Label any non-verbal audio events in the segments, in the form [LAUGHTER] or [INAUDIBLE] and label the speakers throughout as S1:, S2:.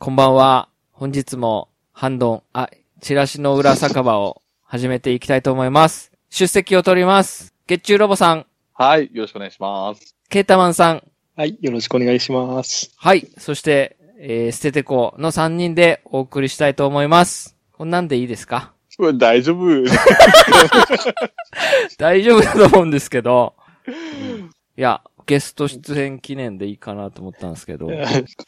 S1: こんばんは。本日も、ハンドン、あ、チラシの裏酒場を始めていきたいと思います。出席を取ります。月中ロボさん、
S2: はい、よろしくお願いします。
S1: ケータマンさん、
S3: はい、よろしくお願いします。
S1: はい。そして、えー、捨ててこの3人でお送りしたいと思います。こんなんでいいですか [LAUGHS]
S2: これ大
S3: [LAUGHS]
S2: 丈夫
S1: 大丈夫だと思うんですけど。いや、ゲスト出演記念でいいかなと思ったんですけど。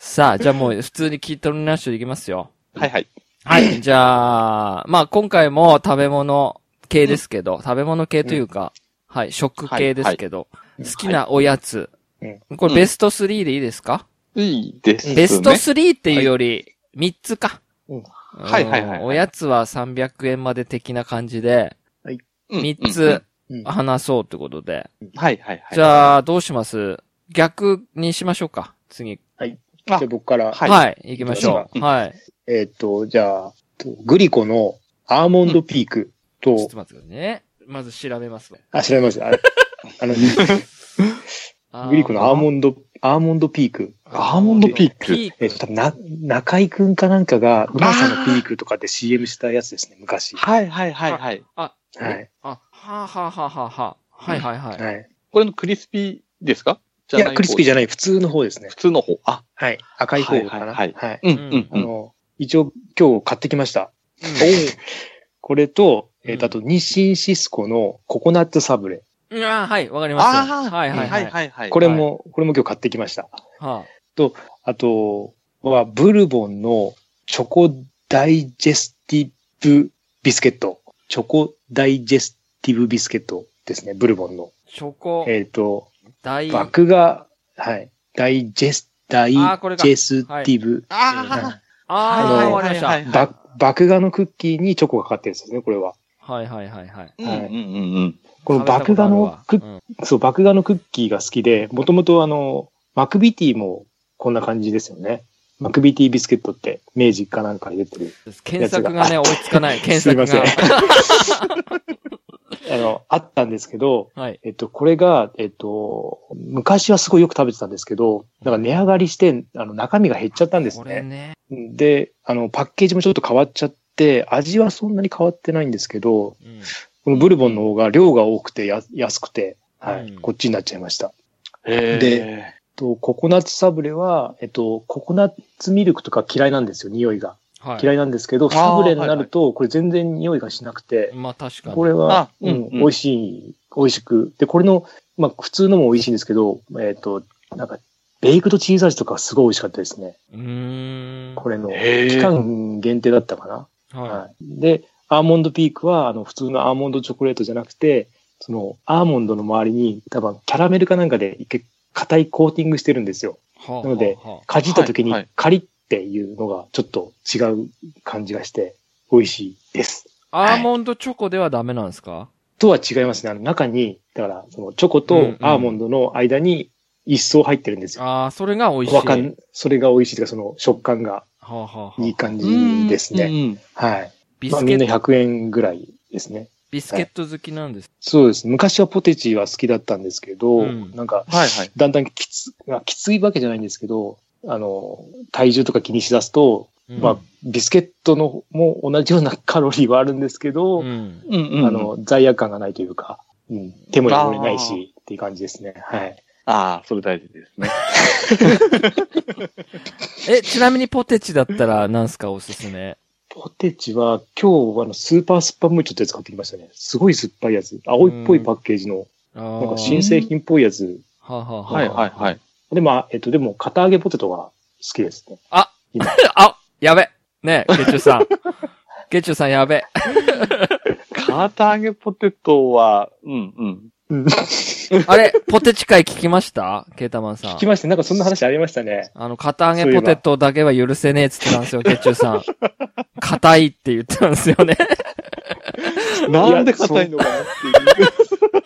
S1: さあ、じゃあもう普通に聞いとるなしでいきますよ。
S2: はいはい。
S1: はい。 [CLEARS THROAT] じゃあ、まあ今回も食べ物系ですけど、食べ物系というか、はい、食系ですけど、
S3: いはい
S1: 好きなおやつ
S3: うん。
S1: これベスト3でいいですか、
S2: いいですね。
S1: ベスト3っていうより、3つか。
S3: うん
S2: はいはいはいはい
S1: うんおやつは300円まで的な感じで、
S2: うん
S1: 3
S2: うんうん
S1: つ
S3: うん
S1: 話そうってことで。
S2: はいはいはい。
S1: じ
S2: あ、
S1: ゃあ、どうします逆にしましょうか。次。
S3: じゃあ僕から、
S2: はい
S1: はい、行きましょう。
S2: うん
S1: はい。
S3: えーっ、と、じゃあ、とグリコのアーモンドピークと、
S1: ちょっと待ってくださいね。まず調べますわ。
S3: あ、調べました。あれ
S2: [LAUGHS]
S3: あの、グリコのアーモンド、アーモンドピーク。
S2: アーモンドピーク
S1: ピー
S3: えーっ、と、多分な、中井くんかなんかが、うまさのピークとかで CM したやつですね、昔。は
S2: はいはいはいはい。
S3: い。
S1: あ、はあ、はあはあはあはあ。はいはいはい。
S3: はい。
S2: これのクリスピーですか
S3: いや、クリスピーじ
S2: ゃ
S3: ゃない、普通の方ですね
S2: ない。普通の方。あ、
S3: はい。赤い方かな。
S2: はい
S3: はい。
S2: うん
S1: うん
S2: うん
S3: あ
S2: うん。
S3: の、一応今日買ってきました。これと、えーっ、と、あと、日清シスコのココナッツサブレ。
S1: うん、あーはい、わかりました。
S2: ああ、
S1: はいはいはい。
S2: はいはい。
S3: これも、これも今日買ってきました。
S1: は
S3: あとは、ブルボンのチョコダイジェスティブビスケット。チョコダイジェスティブビスケットですね、ブルボンの。
S1: チョコ、
S3: えっ、と、
S1: 大、
S3: 麦が、はい、ダイジェス、ダイジ
S1: あーこれか
S3: ェスティブ。
S2: あ
S1: あ
S2: は
S1: あ、
S2: い
S1: わかりました。
S2: は
S1: はいい
S2: はい
S3: ば麦芽のクッキーにチョコがかかってるやつですね、これは。
S1: はいはいはい。
S2: あ、うんうんうんうん。
S3: この麦芽のク
S1: 食べた
S3: ッ
S1: ことあるわうん
S3: そう、麦芽のクッキーが好きで、もともとあの、マクビティもこんな感じですよね。マクビティビスケットって、明治かなんかに出てる。
S1: 検索がね、追いつかない。検索が。
S3: [LAUGHS] すいませあの、あったんですけど、
S1: はい。
S3: えっと、これが、えっと、昔はすごいよく食べてたんですけど、なんか値上がりして、あの、中身が減っちゃったんです
S1: これ
S3: ね。
S1: ね。
S3: で、あの、パッケージもちょっと変わっちゃって、味はそんなに変わってないんですけど、
S1: うん
S3: このブルボンの方が量が多くてや安くて、はい、
S1: うん
S3: こっちになっちゃいました。
S2: へー
S3: で、と、ココナッツサブレは、えっと、ココナッツミルクとか嫌いなんですよ、匂いが。
S1: はい。
S3: 嫌いなんですけど、
S2: ー
S3: サブレになると、これ全然匂いがしなくて、
S1: まあ確かに。
S3: これは
S2: あ、
S3: うん
S2: うんうん
S3: 美味しい、美味しく。で、これの、まあ、普通のも美味しいんですけど、えっ、と、なんか、ベイクドチーズ味とかすごい美味しかったですね。
S1: うーん。
S3: これの。
S2: へー
S3: 期間限定だったかな。
S1: は
S3: はい。で、アーモンドピークは、あの、普通のアーモンドチョコレートじゃなくて、その、アーモンドの周りに、多分、キャラメルかなんかで、一回、硬いコーティングしてるんですよ。
S1: い。はあ
S3: なので、
S1: は
S3: かじった時に
S2: はいはい、
S3: カリっていうのが、ちょっと違う感じがして、美味しいです。
S1: あはあアーモンドチョコではダメなんですか
S3: とは違いますね。あの中に、だから、そのチョコとアーモンドの間に一層入ってるんですよ。
S1: ああ、それが美味しい。
S3: わかん、それが美味しいというか、その食感が
S1: はあはあはいあ
S3: い感じです
S2: うん
S3: ね。
S2: うんうん。
S3: はい。
S1: ビ
S3: まあ
S1: ス
S3: み
S1: ケ
S3: んな
S1: ット、
S3: 100円ぐらいですね。
S1: ビスケット好きなんです。
S3: そうです。昔はポテチは好きだったんですけど、
S1: うん
S3: なんか、
S2: はいはい。
S3: だんだんきつ、あきついわけじゃないんですけど、あの、体重とか気にしだすと、
S1: うん
S3: まあ、ビスケットのも同じようなカロリーはあるんですけど、
S1: うん。
S2: うんうんうん。
S3: あの、罪悪感がないというか、うん、手も汚れないし、っていう感じですね。はい。
S2: ああ、それ大事ですね。
S1: え、ちなみにポテチだったら何すかおすすめ
S3: ポテチは、今日、あの、スーパースッパムーチョってやつ買ってきましたね。すごい酸っぱいやつ。青いっぽいパッケージの、
S1: あー
S3: [LAUGHS] なんか新製品っぽいやつ。
S1: はあはあはあ
S2: はいはいはい。
S3: で、まあ、えっと、でも、片揚げポテトが好きですね。
S1: あ、やべ。ねえ、ゲッチュさん。 [LAUGHS] ゲッチュさんやべ。
S2: 片揚げポテトは、うんうん。
S3: うん。
S1: あれ、ポテチ会聞きましたケータマンさん
S3: 聞き。ましたね。なんかそんな話ありましたね。
S1: あの、片揚げポテトだけは許せねえっつってたんですよ、ゲッチュさ
S3: [LAUGHS]
S1: ん。硬いって言ってたんですよね。
S2: なんで硬いのかなって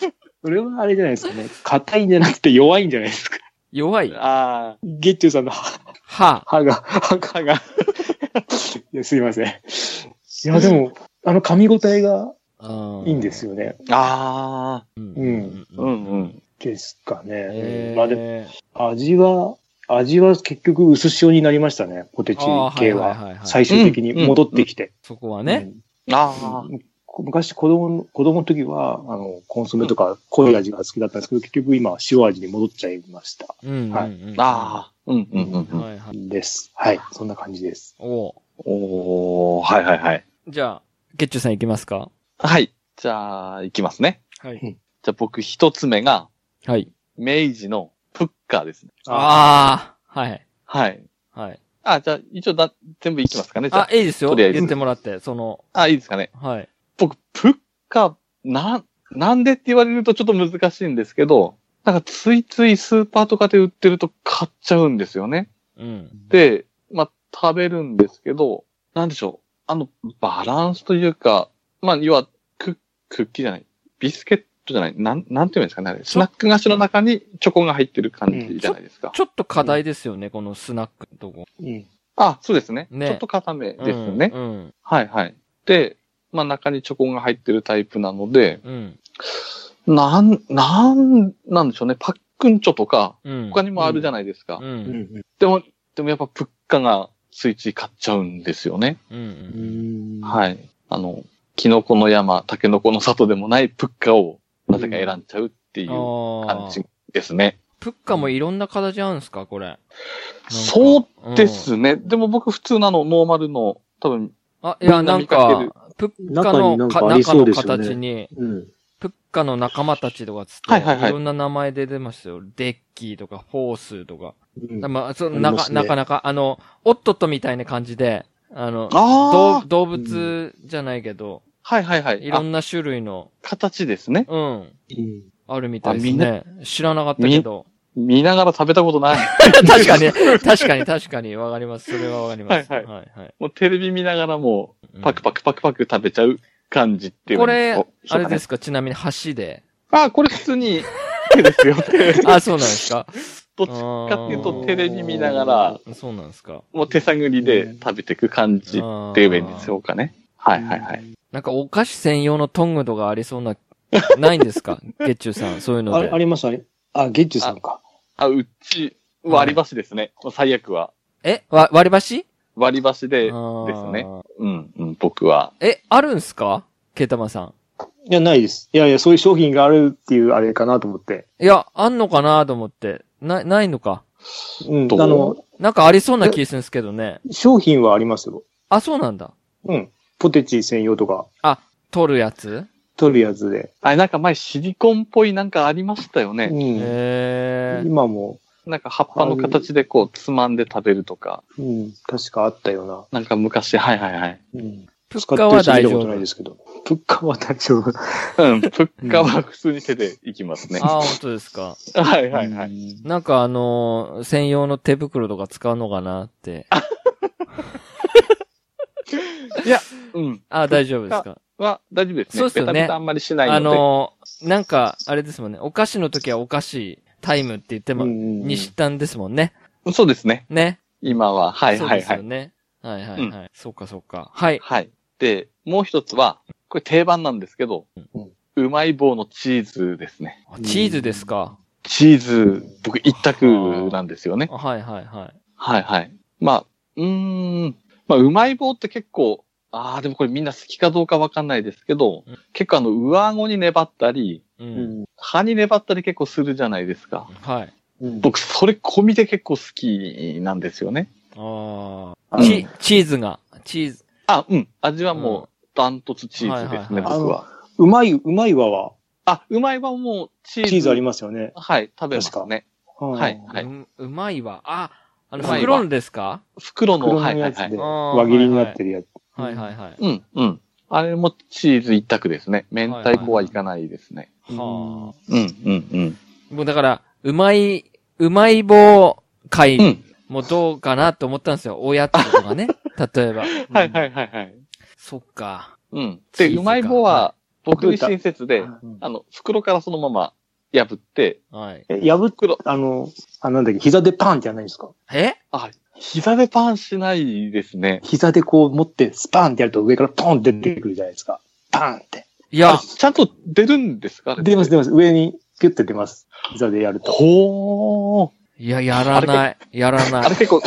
S2: いう。
S3: それはあれじゃないですかね。硬いんじゃなくて弱いんじゃないですか。
S1: 弱い。
S2: あ
S3: ゲッチュさんの歯
S1: は
S3: 歯が、歯が、
S2: あ、が、
S3: いやすいません。いや、でも、あの、噛み応えが
S1: あ。うん
S3: いいんですよね。
S2: ああ、
S1: うん
S3: うん
S2: うんうん。
S3: ですかね。
S1: えー
S3: まあでも、味は、味は結局薄塩になりましたね、ポテチ
S1: あー
S3: 系
S1: はいはいはい
S3: は
S1: は。い
S3: 最終的に戻ってきて。
S1: そこはね。
S2: あ
S3: こ昔子供の、子供の時は、あの、コンソメとか濃い味が好きだったんですけど、結局今、塩味に戻っちゃいました。
S1: うんうんうん。
S3: はい
S2: あ、ああ、うんうんうんうん。
S1: はいはい。
S3: です。はい。そんな感じです。
S1: おう
S2: おー、はいはいはい。
S1: じゃあ、ゲッチュさん行きますか
S2: はい。じゃあ、いきますね。
S1: はい。
S2: じゃあ僕一つ目が、
S1: はい。
S2: 明治のプッカーですね。
S1: ああ、はい。
S2: はい。
S1: はい。
S2: あ、じゃあ、一応だ、全部いきますかね。じゃ
S1: あ
S2: あ、、
S1: いいですよ。
S2: とりあえず
S1: 言ってもらって、その、
S2: あいいですかね。
S1: はい。
S2: 僕、プッカー、なん、なんでって言われるとちょっと難しいんですけど、なんかついついスーパーとかで売ってると買っちゃうんですよね。
S1: うん。
S2: で、まあ、食べるんですけど、なんでしょう。あの、バランスというか、まあ、要は、ク、クッキーじゃない、ビスケットじゃない、なん、なんていうんですかね、あれスナック菓子の中にチョコが入ってる感じじゃないですか。
S1: ちょっと課題ですよね、このスナックのとこ。
S3: うん。
S2: あ、そうですね。
S1: ね
S2: ちょっと固めですね。
S1: うん。
S2: はいはい。で、まあ中にチョコが入ってるタイプなので、
S1: うん。
S2: なん、なん、なんでしょうね。パックンチョとか、
S1: うん。
S2: 他にもあるじゃないですか。
S1: う。
S3: うんん。
S2: でも、でもやっぱプッカがついつい買っちゃうんですよね。
S1: うん。う。
S3: うんん。
S2: はい。あの、キノコの山、タケノコの里でもないプッカをなぜか選んじゃうっていう
S1: あ
S2: 感
S1: あ。
S2: じですね。
S1: プッカもいろんな形あるんですかこれ。
S2: そう
S1: う
S2: ですね。でも僕普通なの、ノーマルの、多分、
S1: あ、いや、
S2: みんな
S1: なん
S2: 見かける
S1: か、プッカの
S3: 中になん
S1: か
S3: かあり
S1: 中
S3: そう
S1: の
S3: ですよね
S1: 形に、
S3: うん。
S1: プッカの仲間たちとかつって、
S2: はいはいはい
S1: ろんな名前で出ましたよ。デッキーとか、フォースとか。
S3: うん
S1: まあ、その
S3: あ
S1: な
S3: りま
S1: か、
S3: すね
S1: なかなか、あの、オットットみたいな感じで、あの、動
S2: ああ
S1: 動物じゃないけど、
S2: はいはいはい。
S1: い
S2: あ
S1: ろんな種類の、
S2: 形ですね。
S1: うん、
S3: うん
S1: あるみたいですね。知らなかったけど。
S2: 見ながら食べたことない。
S1: [LAUGHS] 確かに、確かに、確かに、わかります。それはわかります。
S2: はい
S1: はい、はい。
S2: [LAUGHS] もうテレビ見ながらもう、パク
S1: パ
S2: パクパクパク食べちゃう感じっていう。。
S1: これ、あれですすか、ちなみに橋
S2: [LAUGHS]
S1: で。
S2: あ、これ普通に、手です
S1: [LAUGHS]
S2: よ。
S1: あ、そうなんですか。
S2: どっち
S1: あ
S2: かっていうと
S1: ー
S2: テレビ見ながら、
S1: そうなんですか。
S2: もう手探りで食べていく感じって言えばいいんでしょうかね。はいはいはい。。
S1: なんかお菓子専用のトングとかありそうな、ないんです
S2: [LAUGHS]
S1: か月中さん、そういうの
S3: あ
S1: で。
S3: ありますあれ。あ、ゲッチュさんか。
S2: あ、うち、割り箸ですね。最悪は。
S1: えわ割り箸
S2: 割り箸で、
S1: す
S2: ね。うん、うん、僕は。
S1: え、あるんすかケータマさん。
S3: いや、ないです。いやいや、そういう商品があるっていうあれかなと思って。
S1: いや、あんのかなと思って。な、ないのか。
S3: うん。
S2: どう
S3: あの、
S1: なんかありそうな気するんですけどね。
S3: 商品はありますよ。
S1: あ、そうなんだ。
S3: うん。ポテチ専用とか、
S1: 取るやつ
S3: 取るやつで。
S2: あれ、なんか前シリコンっぽいなんかありましたよね。
S3: う
S1: へ
S3: ん。
S1: ー。
S3: 今も、
S2: なんか葉っぱの形でこう、つまんで食べるとか。
S3: うん、確かあったよ
S2: なんか昔、はいはいはい。
S3: うな。うん。
S1: プッカは
S3: 使って
S1: 大丈
S3: る人見たこと
S1: 夫
S3: ない。ですけど。プッカは大丈夫。
S2: うん、プッカは普通に手でいきますね。
S1: あ、本当ですか。
S2: [LAUGHS] はいはいはい。
S3: い。
S1: なんかあのー専用の手袋とか使うのかなって。
S2: うん。
S1: あ、大丈夫ですか。
S2: は、大丈夫ですね。
S1: そうっすよね
S2: ベタベタあんまりしないので。
S1: あのーなんか、あれですもんね。お菓子の時はお菓子タイムって言っても、にしたんですもんね。
S2: そうですね。
S1: ね。
S2: 今は。はい
S1: そう
S2: は
S1: で
S2: い
S1: す
S2: は
S1: よ
S2: い。
S1: ね。はいはいはい。そうかそうか。はい。
S2: はい。で、もう一つは、これ定番なんですけど、
S3: う
S2: うまい棒のチーズですね。
S1: あチーズですか。
S2: チーズ、僕一択なんですよね。
S1: あはいはいはい。
S2: はいはい。まあ、うーん。まあ、うまい棒って結構、ああ、でもこれみんな好きかどうかわかんないですけど
S1: うん、
S2: 結構あの、上顎に粘ったり、
S1: う。
S3: うんん。
S2: 歯に粘ったり結構するじゃないですか。
S1: はい。
S3: うん、
S2: 僕、それ込みで結構好きなんですよね。
S1: あ
S3: あ
S1: あ。
S3: の
S1: チ、チーズが。チーズ。
S2: あ、うん。味はもう、ダントツチーズです
S1: はいは
S2: ね、
S1: いはい
S2: 僕は。
S3: うまい、うまいわは、
S2: あ、うまいはもう、チーズ。
S3: チーズありますよね。
S2: はい、食べますね。は、
S3: はい
S1: う
S2: はい。
S1: んうまいわ。あ、あの、
S2: うまいわ
S1: 袋のですか
S2: 袋の、
S3: 黒
S2: は
S3: の
S2: い、は
S3: や
S2: い、
S3: つ
S2: はい
S3: で。
S1: あー
S3: 輪切りになってるやつ。
S1: はいはいはい。
S2: うん、うん。あれもチーズ一択ですね。明太子はいかないですね。
S3: うん
S1: はあ。
S2: うん、うん、うん。
S1: もうだから、うまい、うまい棒会
S2: うん。
S1: もどうかなと思ったんですよ。おやつとかね。例えば。
S2: はい、はい、はい、はい。
S1: そっか。
S2: うん。
S1: チー
S2: で、
S1: ズか
S2: うまい棒は、僕に親切で、
S3: うん
S2: あの、袋からそのまま破って、
S1: はい。
S3: え、破っ
S2: 袋、
S3: あの、あ、なんだっけ、膝でパンってやらないんですか
S1: え
S2: あ、膝でパンしないですね。
S3: 膝でこう持って、スパンってやると上からポンって出てくるじゃないですか。パンって。
S1: いや
S2: あ、ちゃんと出るんですかあれ
S3: 出ます、出ます。上に、ピュッて出ます。膝でやると。
S2: ほー。
S1: いや、やらない。やら
S2: あ
S1: な
S2: れ
S1: い。
S2: 結構、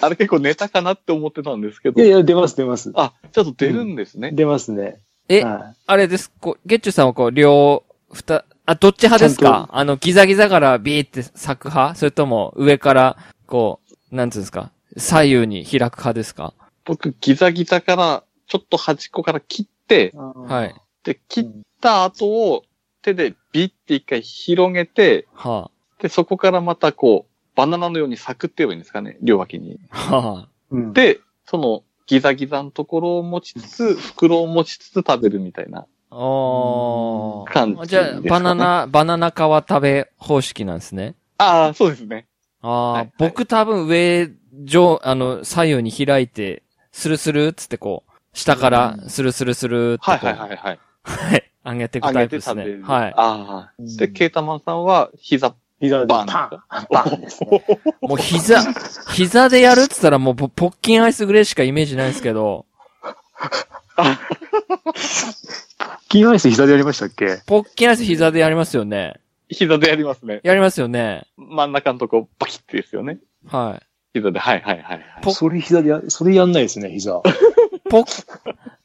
S2: あれ結構ネタかなって思ってたんですけ
S3: い
S2: ど
S3: やい。や、出ます、出ます。
S2: あ、ちょっと出るんですね。
S3: 出ますね。
S1: え、
S3: は
S1: あれです。こう、ゲッチュさんはこう、両、ふた、あ、どっち派です
S3: ちゃん
S1: かあの、ギザギザからビーって咲く派それとも、上から、こう、なんつうんですか左右に開く派ですか
S2: 僕、ギザギザから、ちょっと端っこから切って
S3: い。、
S1: はい。
S2: で、切った後を手でビッて一回広げて、
S1: は
S2: で、そこからまたこう、バナナのようにサクって言えばいいんですかね、両脇に。
S1: あ、は
S3: うん、
S2: で、その、ギザギザのところを持ちつつ、袋を持ちつつ食べるみたいな
S1: あ。おー。
S2: 感じです
S1: じ
S2: か、ね。
S1: ゃあ、バナ。ナ、バナナ皮食べ方式なんですね。
S2: ああ、そうですね。
S1: ああ、
S2: はいはい
S1: 僕多分上、上、あの、左右に開いて、スルスルっつってこう、下からスルスルスルってこ
S2: は
S1: う、
S2: いはいはいはい。
S1: はい上げてい
S2: 揚
S1: くタイ
S2: げ
S1: プ
S2: て
S1: です
S2: 食べ
S1: ね
S2: る。。
S1: はい。
S2: ああ。
S3: うん
S2: で、ケータマンさんは膝
S3: 膝で
S2: バン
S3: パンバンですね。
S1: もう膝、膝でやるって言ったらもうポポッキンアイスグレーしかイメージないですけど、
S3: 金アイス膝でやりましたっけ
S1: ポッキンアイス膝でやりますよね。
S2: 膝でやりますね。
S1: やりますよね。
S2: 真ん中のとこ、バキッてですよね。
S1: は
S2: 膝で、はいはいはい、はい。
S1: ポ
S3: それ膝でや、それやんないですね、膝。
S1: い。ポッ、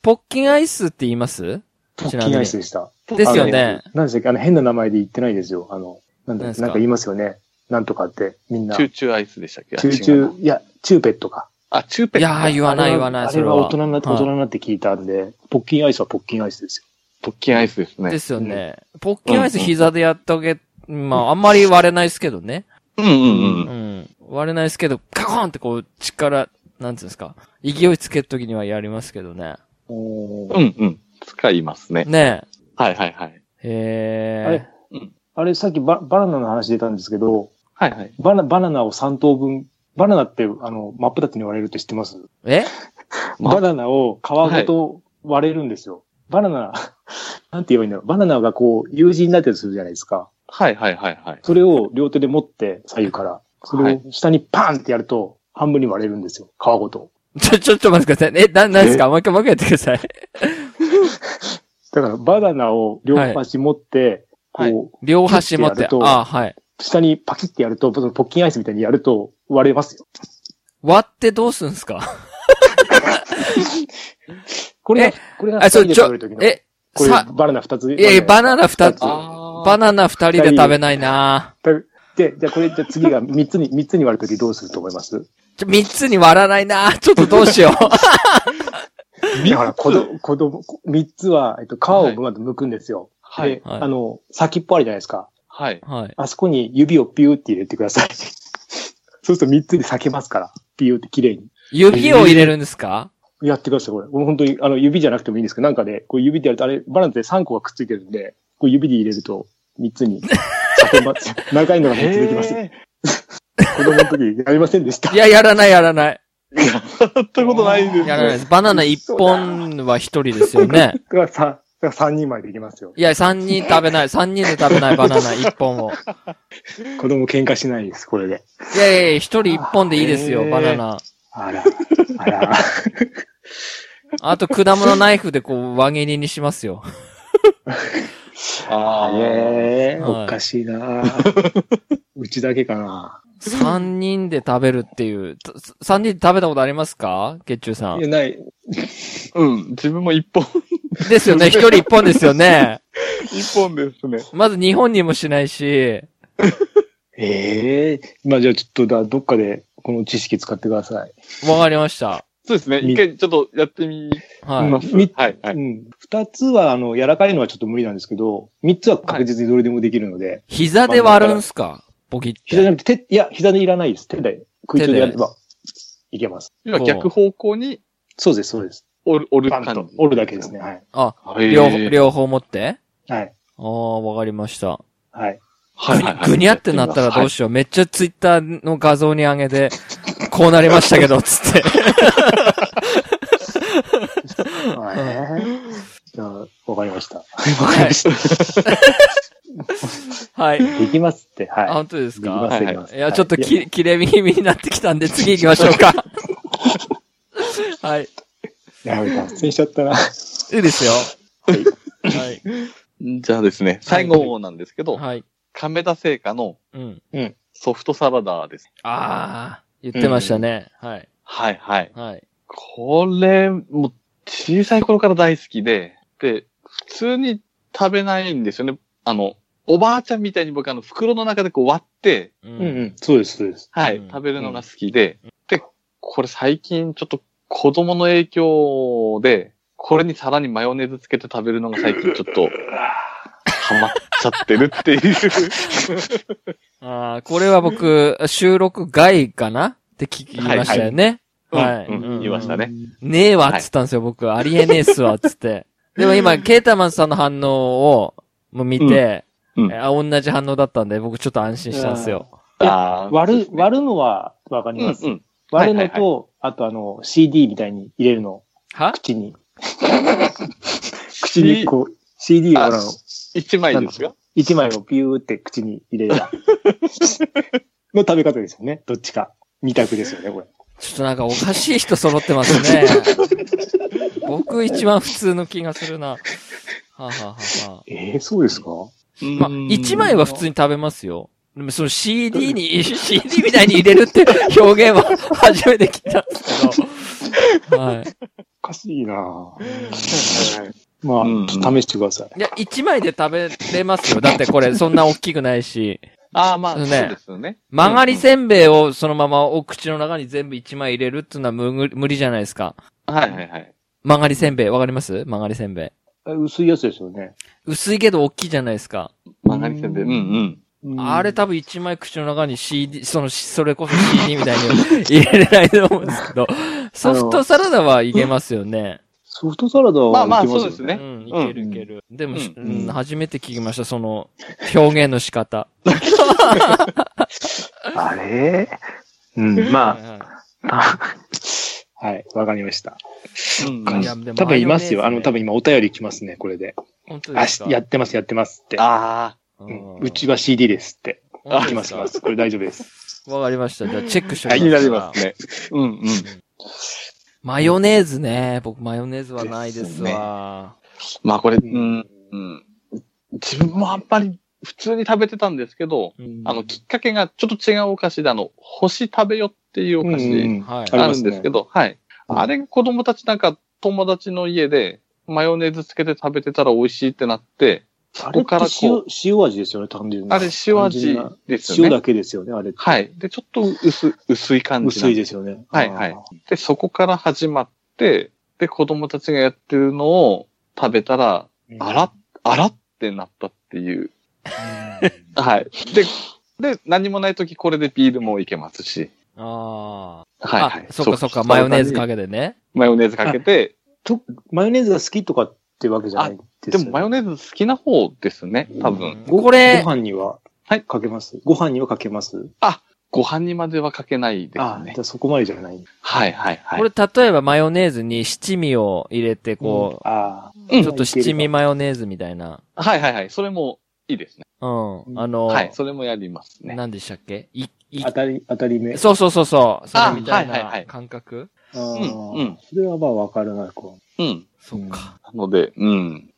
S1: ポッキンアイスって言います
S3: ポッ
S1: ちなみに
S3: キンアイスでした。
S1: ですよね。
S3: 何でしたっけあの変な名前で言ってないですよ。あの、なん
S1: 何
S3: だなん
S1: です
S3: か
S1: か
S3: 言いますよね。なんとかって、みんな。
S2: チュ
S3: チ
S2: ーチューアイスでしたっけ
S3: ューチ
S2: あ違う
S3: ュ
S2: な
S3: ー、いや、チューペットか。
S2: あ、チューペ
S1: い
S2: ッ
S1: やー、言わない言わ
S3: あ
S1: ない、そ
S3: れ
S1: れ
S3: は
S1: は。
S3: 大人になって、大人になって聞いたんで、ポッキンアイスはポッキンアイスですよ。
S2: ポッキンアイスです
S1: で
S2: ね。
S1: すよね。ポッキンアイス膝でやったげ、まあ、あんまり割れないですけどね。
S2: うんうんう。
S1: うんん。割れないですけど、カコンってこう、力、なんつうんですか。勢いつけるときにはやりますけどね。
S3: おー
S2: うんうん。使いますね。
S1: ね
S2: はいはいはい。
S1: え。へ
S3: あれ
S2: うん、
S3: あれさっきババナナの話出たんですけど、
S2: はいはい。
S3: バナバナナを3等分、バナナって、あの、真っ二つに割れるって知ってます
S1: え。 [LAUGHS] え
S2: ま
S3: バナナを皮ごと割れるんですよ。バナナ、 [LAUGHS] なんて言えばいいんだろう。バナナがこう、友人になってるとするじゃないですか。
S2: はいはいはいはい。
S3: それを両手で持って、左右から。そ
S2: は
S3: れ
S2: い
S3: を下にパーンってやると、半分に割れるんですよ。皮ごと。
S1: ちょ、ちょっと待ってください。え、な、なんですかもう一回、もう一回やってくだ
S3: [LAUGHS]
S1: さい。
S3: だから、バナナを両端持って、
S2: はい
S3: こう、
S1: 両端持って
S3: ピュッ。てやると
S1: ああ、はい。
S3: 下にパキってやると、そのポッキンアイスみたいにやると割れますよ。
S1: 割ってどうすんす
S3: [LAUGHS]
S1: か
S3: これ
S1: え
S3: が、これが
S1: あ、
S3: 二
S1: そう、
S3: 人で
S1: ち
S3: 食
S1: ょ
S3: べるとき、の。
S1: え、
S3: これ
S1: さ、
S3: バナナ二つ。
S1: いやいや、バナナ二つ。
S2: あー
S1: バナナ二人で食べないな
S3: で、じゃあこれ、じゃあ次が三つに、三つに割るときどうすると思います
S1: ちょ三つに割らないなちょっとどうしよ
S3: [LAUGHS]
S1: う。
S3: だから、子供、子供、三つは、えっと、皮をまず剥くんですよ。
S2: はい
S3: で、
S1: はい
S3: あの、先っぽあるじゃないですか。
S2: はい。
S1: はい。
S3: あそこに指をピューって入れてください。そうすると三つで裂けますから。ピューって綺麗に。
S1: 指を入れるんですか
S3: やってください、これ。もう本当に、あの、指じゃなくてもいいんですけど、なんかね、こう指でやると、あれ、バナナって3個がくっついてるんで、こう指で入れると、三つに、 [LAUGHS] 裂けます。長いのが三つできます。
S2: へ
S3: 子供の時、やりませんでした
S1: い。や、やらない、やらない。
S2: ー。やったことないですね。
S1: やらないです。バナナ一本は一人ですよね。
S3: [LAUGHS] だからさ、だから3人までできますよ。
S1: いや、三人食べない。三人で食べないバナナ一本を。
S3: 子供喧嘩しないです、これで。
S1: いやいやいや、一人一本でいいです
S2: へ
S1: よ、
S2: ー
S1: バナナ。[LAUGHS]
S3: あら、あら。
S1: あと、果物ナイフでこう、輪切りにしますよ。
S2: あー
S3: ええ
S1: はい
S3: おかし
S1: [LAUGHS]
S3: いなうちだけかな
S1: 三人で食べるっていう。た三人で食べたことありますか月中さ
S3: い
S1: ん
S3: や、。ない。
S2: うん。自分も一本、 [LAUGHS]
S1: ですよね。一人一本ですよね。
S2: 一本ですね。
S1: まず日本にもしないし。
S3: ええまあじゃあちょっとだ、どっかでこの知識使ってください。
S1: わかりました。
S2: そうですね。
S3: み
S2: 一回ちょっとやってみ
S1: はい。
S3: うん
S2: ます。は
S3: み
S2: いはい。
S3: うん。二つは、あの、柔らかいのはちょっと無理なんですけど、三つは確実にどれでもできるので、
S1: 膝で割るんすかボキっ
S3: 膝
S1: て。
S3: じゃなくて、手、いや、膝でいらないです。手で、空中でやれば、いけます。
S2: 要は逆方向に
S3: そうです、そうです。
S2: 折る折る
S3: パン
S2: 感
S3: と
S2: じ。
S3: 折るだけですね。はい。
S1: あ、
S2: へー
S1: 両方、両方持って
S3: はい。
S1: ああ、わかりました。
S3: はい。
S2: はいはいはい。
S1: ぐにゃってなったらどうしよう。めっちゃツイッターの画像に上げて、こうなりましたけど、つって。
S3: はい。じゃあ、わかりました。わ。
S1: かりました [LAUGHS]
S2: [LAUGHS]
S1: はい。
S3: できますって、はい。
S1: あ、本当です
S3: でき
S1: か
S3: ます、
S2: はい
S3: で
S2: はい
S3: きます。
S1: いや、ちょっと
S3: はい
S1: き、切れ耳になってきたんで、次行きましょうか。はい。
S3: やべ、脱線しちゃったな。
S1: いいですよ。はい。
S2: じゃあですね、最後なんですけど、
S1: はい。
S2: 亀田製菓の
S1: うん。
S2: ソフトサラダです。
S1: ああ、言ってましたね。はい。
S2: はいはい。
S1: はい。
S2: これ、もう小さい頃から大好きで、で、普通に食べないんですよね。あの、おばあちゃんみたいに僕あの袋の中でこう割って、
S1: う
S3: うんう。ん。そうです、そうです。
S2: はい、
S1: うん
S2: 食べるのが好きで、で、これ最近ちょっと子供の影響で、これにさらにマヨネーズつけて食べるのが最近ちょっと、ハマっちゃってるっていう。
S1: ああ、これは僕、収録外かなって聞きましたよね。はい。
S2: うんうん言いましたね。
S1: ねえわっつったんですよ、僕。ありえねえっすわ、っつっ
S2: [LAUGHS]
S1: て。でも今、ケータマンさんの反応を、もう見て、
S2: うんうん
S1: えあ、同じ反応だったんで、僕ちょっと安心したんですよ。
S2: あー
S3: 割る、割るのはわかり
S2: う
S3: ま
S2: ん
S3: す。
S2: うん。
S3: 割るの
S2: はいは
S3: と、あとあの、CD みたいに入れるの、
S1: は
S3: 口に。
S2: 口
S3: 口に
S2: に
S3: こう、CD をあの、
S2: 一枚ですが
S3: 一枚をピューって口に入
S2: [LAUGHS]
S3: れるの食べ方ですよね。どっちか。二択ですよね、これ。
S1: ちょっとなんかおかしい人揃ってますね。 [LAUGHS] 僕一番普通の気がするな。はあ、はあはあはあ
S3: ええそうですか
S1: まあ、一枚は普通に食べますよ。でもその CD に、CD [LAUGHS] みたいに入れるって表現は初めて聞いたんです
S2: [LAUGHS]
S1: けど。はい。
S3: おかしいなぁ
S2: はいはい
S3: まあ、
S2: うん
S3: ちょっと試してください。
S1: いや、一枚で食べれますよ。だってこれ、そんな大きくないし。
S2: ああ、まあ、そ
S1: ね
S2: うですよね。
S1: 曲がりせんべいをそのままお口の中に全部一枚入れるっていうのは無無理じゃないですか。
S2: はいはいはい。
S1: 曲がりせんべい、わかります曲がりせんべい。
S3: え薄いやつですよね。
S1: 薄いけど大きいじゃないですか。
S2: 曲がりせんべい。
S3: う
S2: うんんうん。
S3: うん
S1: あれ多分一枚口の中に CD、その、それこそ CD みたいに [LAUGHS] 入れれないと思うんですけど、ソフトサラダはいけますよね。
S3: ソフトサラダ
S2: まあ
S3: は
S2: まあ
S3: いけますよね。
S2: そうで
S1: う
S2: すね
S1: ん、いけるいける。でも、
S2: うん
S1: うん初めて聞きました、その、表現の仕方。
S3: あれうん、ま
S1: はいは
S3: あ、 [LAUGHS] はい、わかりました。
S2: うん
S1: いやでも
S3: 多分いますよ。
S1: マヨネ
S3: あ
S1: ーズね
S3: の、多分今お便り来ますね、これで。
S1: 本当
S3: あ
S1: です
S3: し
S1: か
S3: やってます、やってますって。
S2: あ
S3: うんうちは CD ですって。
S1: は
S3: 来ます、来ます。これ大丈夫です。
S1: わかりました。じゃあチェックして
S2: あ、気になりますね。うんうん。
S1: マヨネーズね。僕、マヨネーズはないですわ。
S2: まあこれ、う
S3: うん
S2: ん、うん。自分もあんまり普通に食べてたんですけど、
S1: うん
S2: あの、きっかけがちょっと違うお菓子で、あの、星食べよっていうお菓子
S1: はい。
S3: あり
S2: あ
S3: ま
S2: る
S3: す
S2: ん
S3: ね
S2: ですけど、はい。あれが子供たちなんか友達の家で、マヨネーズつけて食べてたら美味しいってなって、そ
S3: あ
S2: こ
S3: れっ
S2: から
S3: て
S2: こ
S3: 塩
S2: う、、
S3: 塩味ですよね、単純に。
S2: あれ塩味ですよ
S3: 塩
S2: ね
S3: だ。けですよね、あれって。
S2: はい。で、ちょっと薄、薄い感じな
S3: 薄
S2: ん
S3: い
S2: です
S3: ですよね。
S2: はいはい
S3: あー
S2: で、そこから始まって、で、子供たちがやってるのを食べたら、あら、あらってなったっていう。はい。で、で、何もないときこれでビールもいけますし。
S1: ああ。
S2: はい、は
S1: あ
S2: い。、
S1: そっかそっか、マヨネーズかけてね。
S2: マヨネーズかけて、
S3: と、マヨネーズが好きとかってわけじゃないです
S2: で
S3: よね
S2: もマヨネーズ好きな方ですね、多分。
S1: これ
S3: ご、飯には
S2: はい
S3: かけますご飯にはかけます
S2: ご飯にまではかけないです
S3: ああ、
S2: ね
S3: じゃ。あそこまでじゃない。
S2: はいはいはい。
S1: これ、例えばマヨネーズに七味を入れて、こ
S3: うんあ
S2: う
S1: う、
S2: ん
S1: ちょっと七味マヨネーズみたいな。
S2: はいはいはい。それもいいですね。
S1: うん。あの、
S2: はい。それもやりますね。
S1: 何でしたっけい、い
S3: あ、当、たり、当たり目。
S1: そうそうそうそう。それみたい
S2: あはいはいは
S1: ない感覚
S3: う
S2: うんん、うん、
S3: それはまあわからなくは。
S2: うん。
S1: そっか。
S2: なので、うん。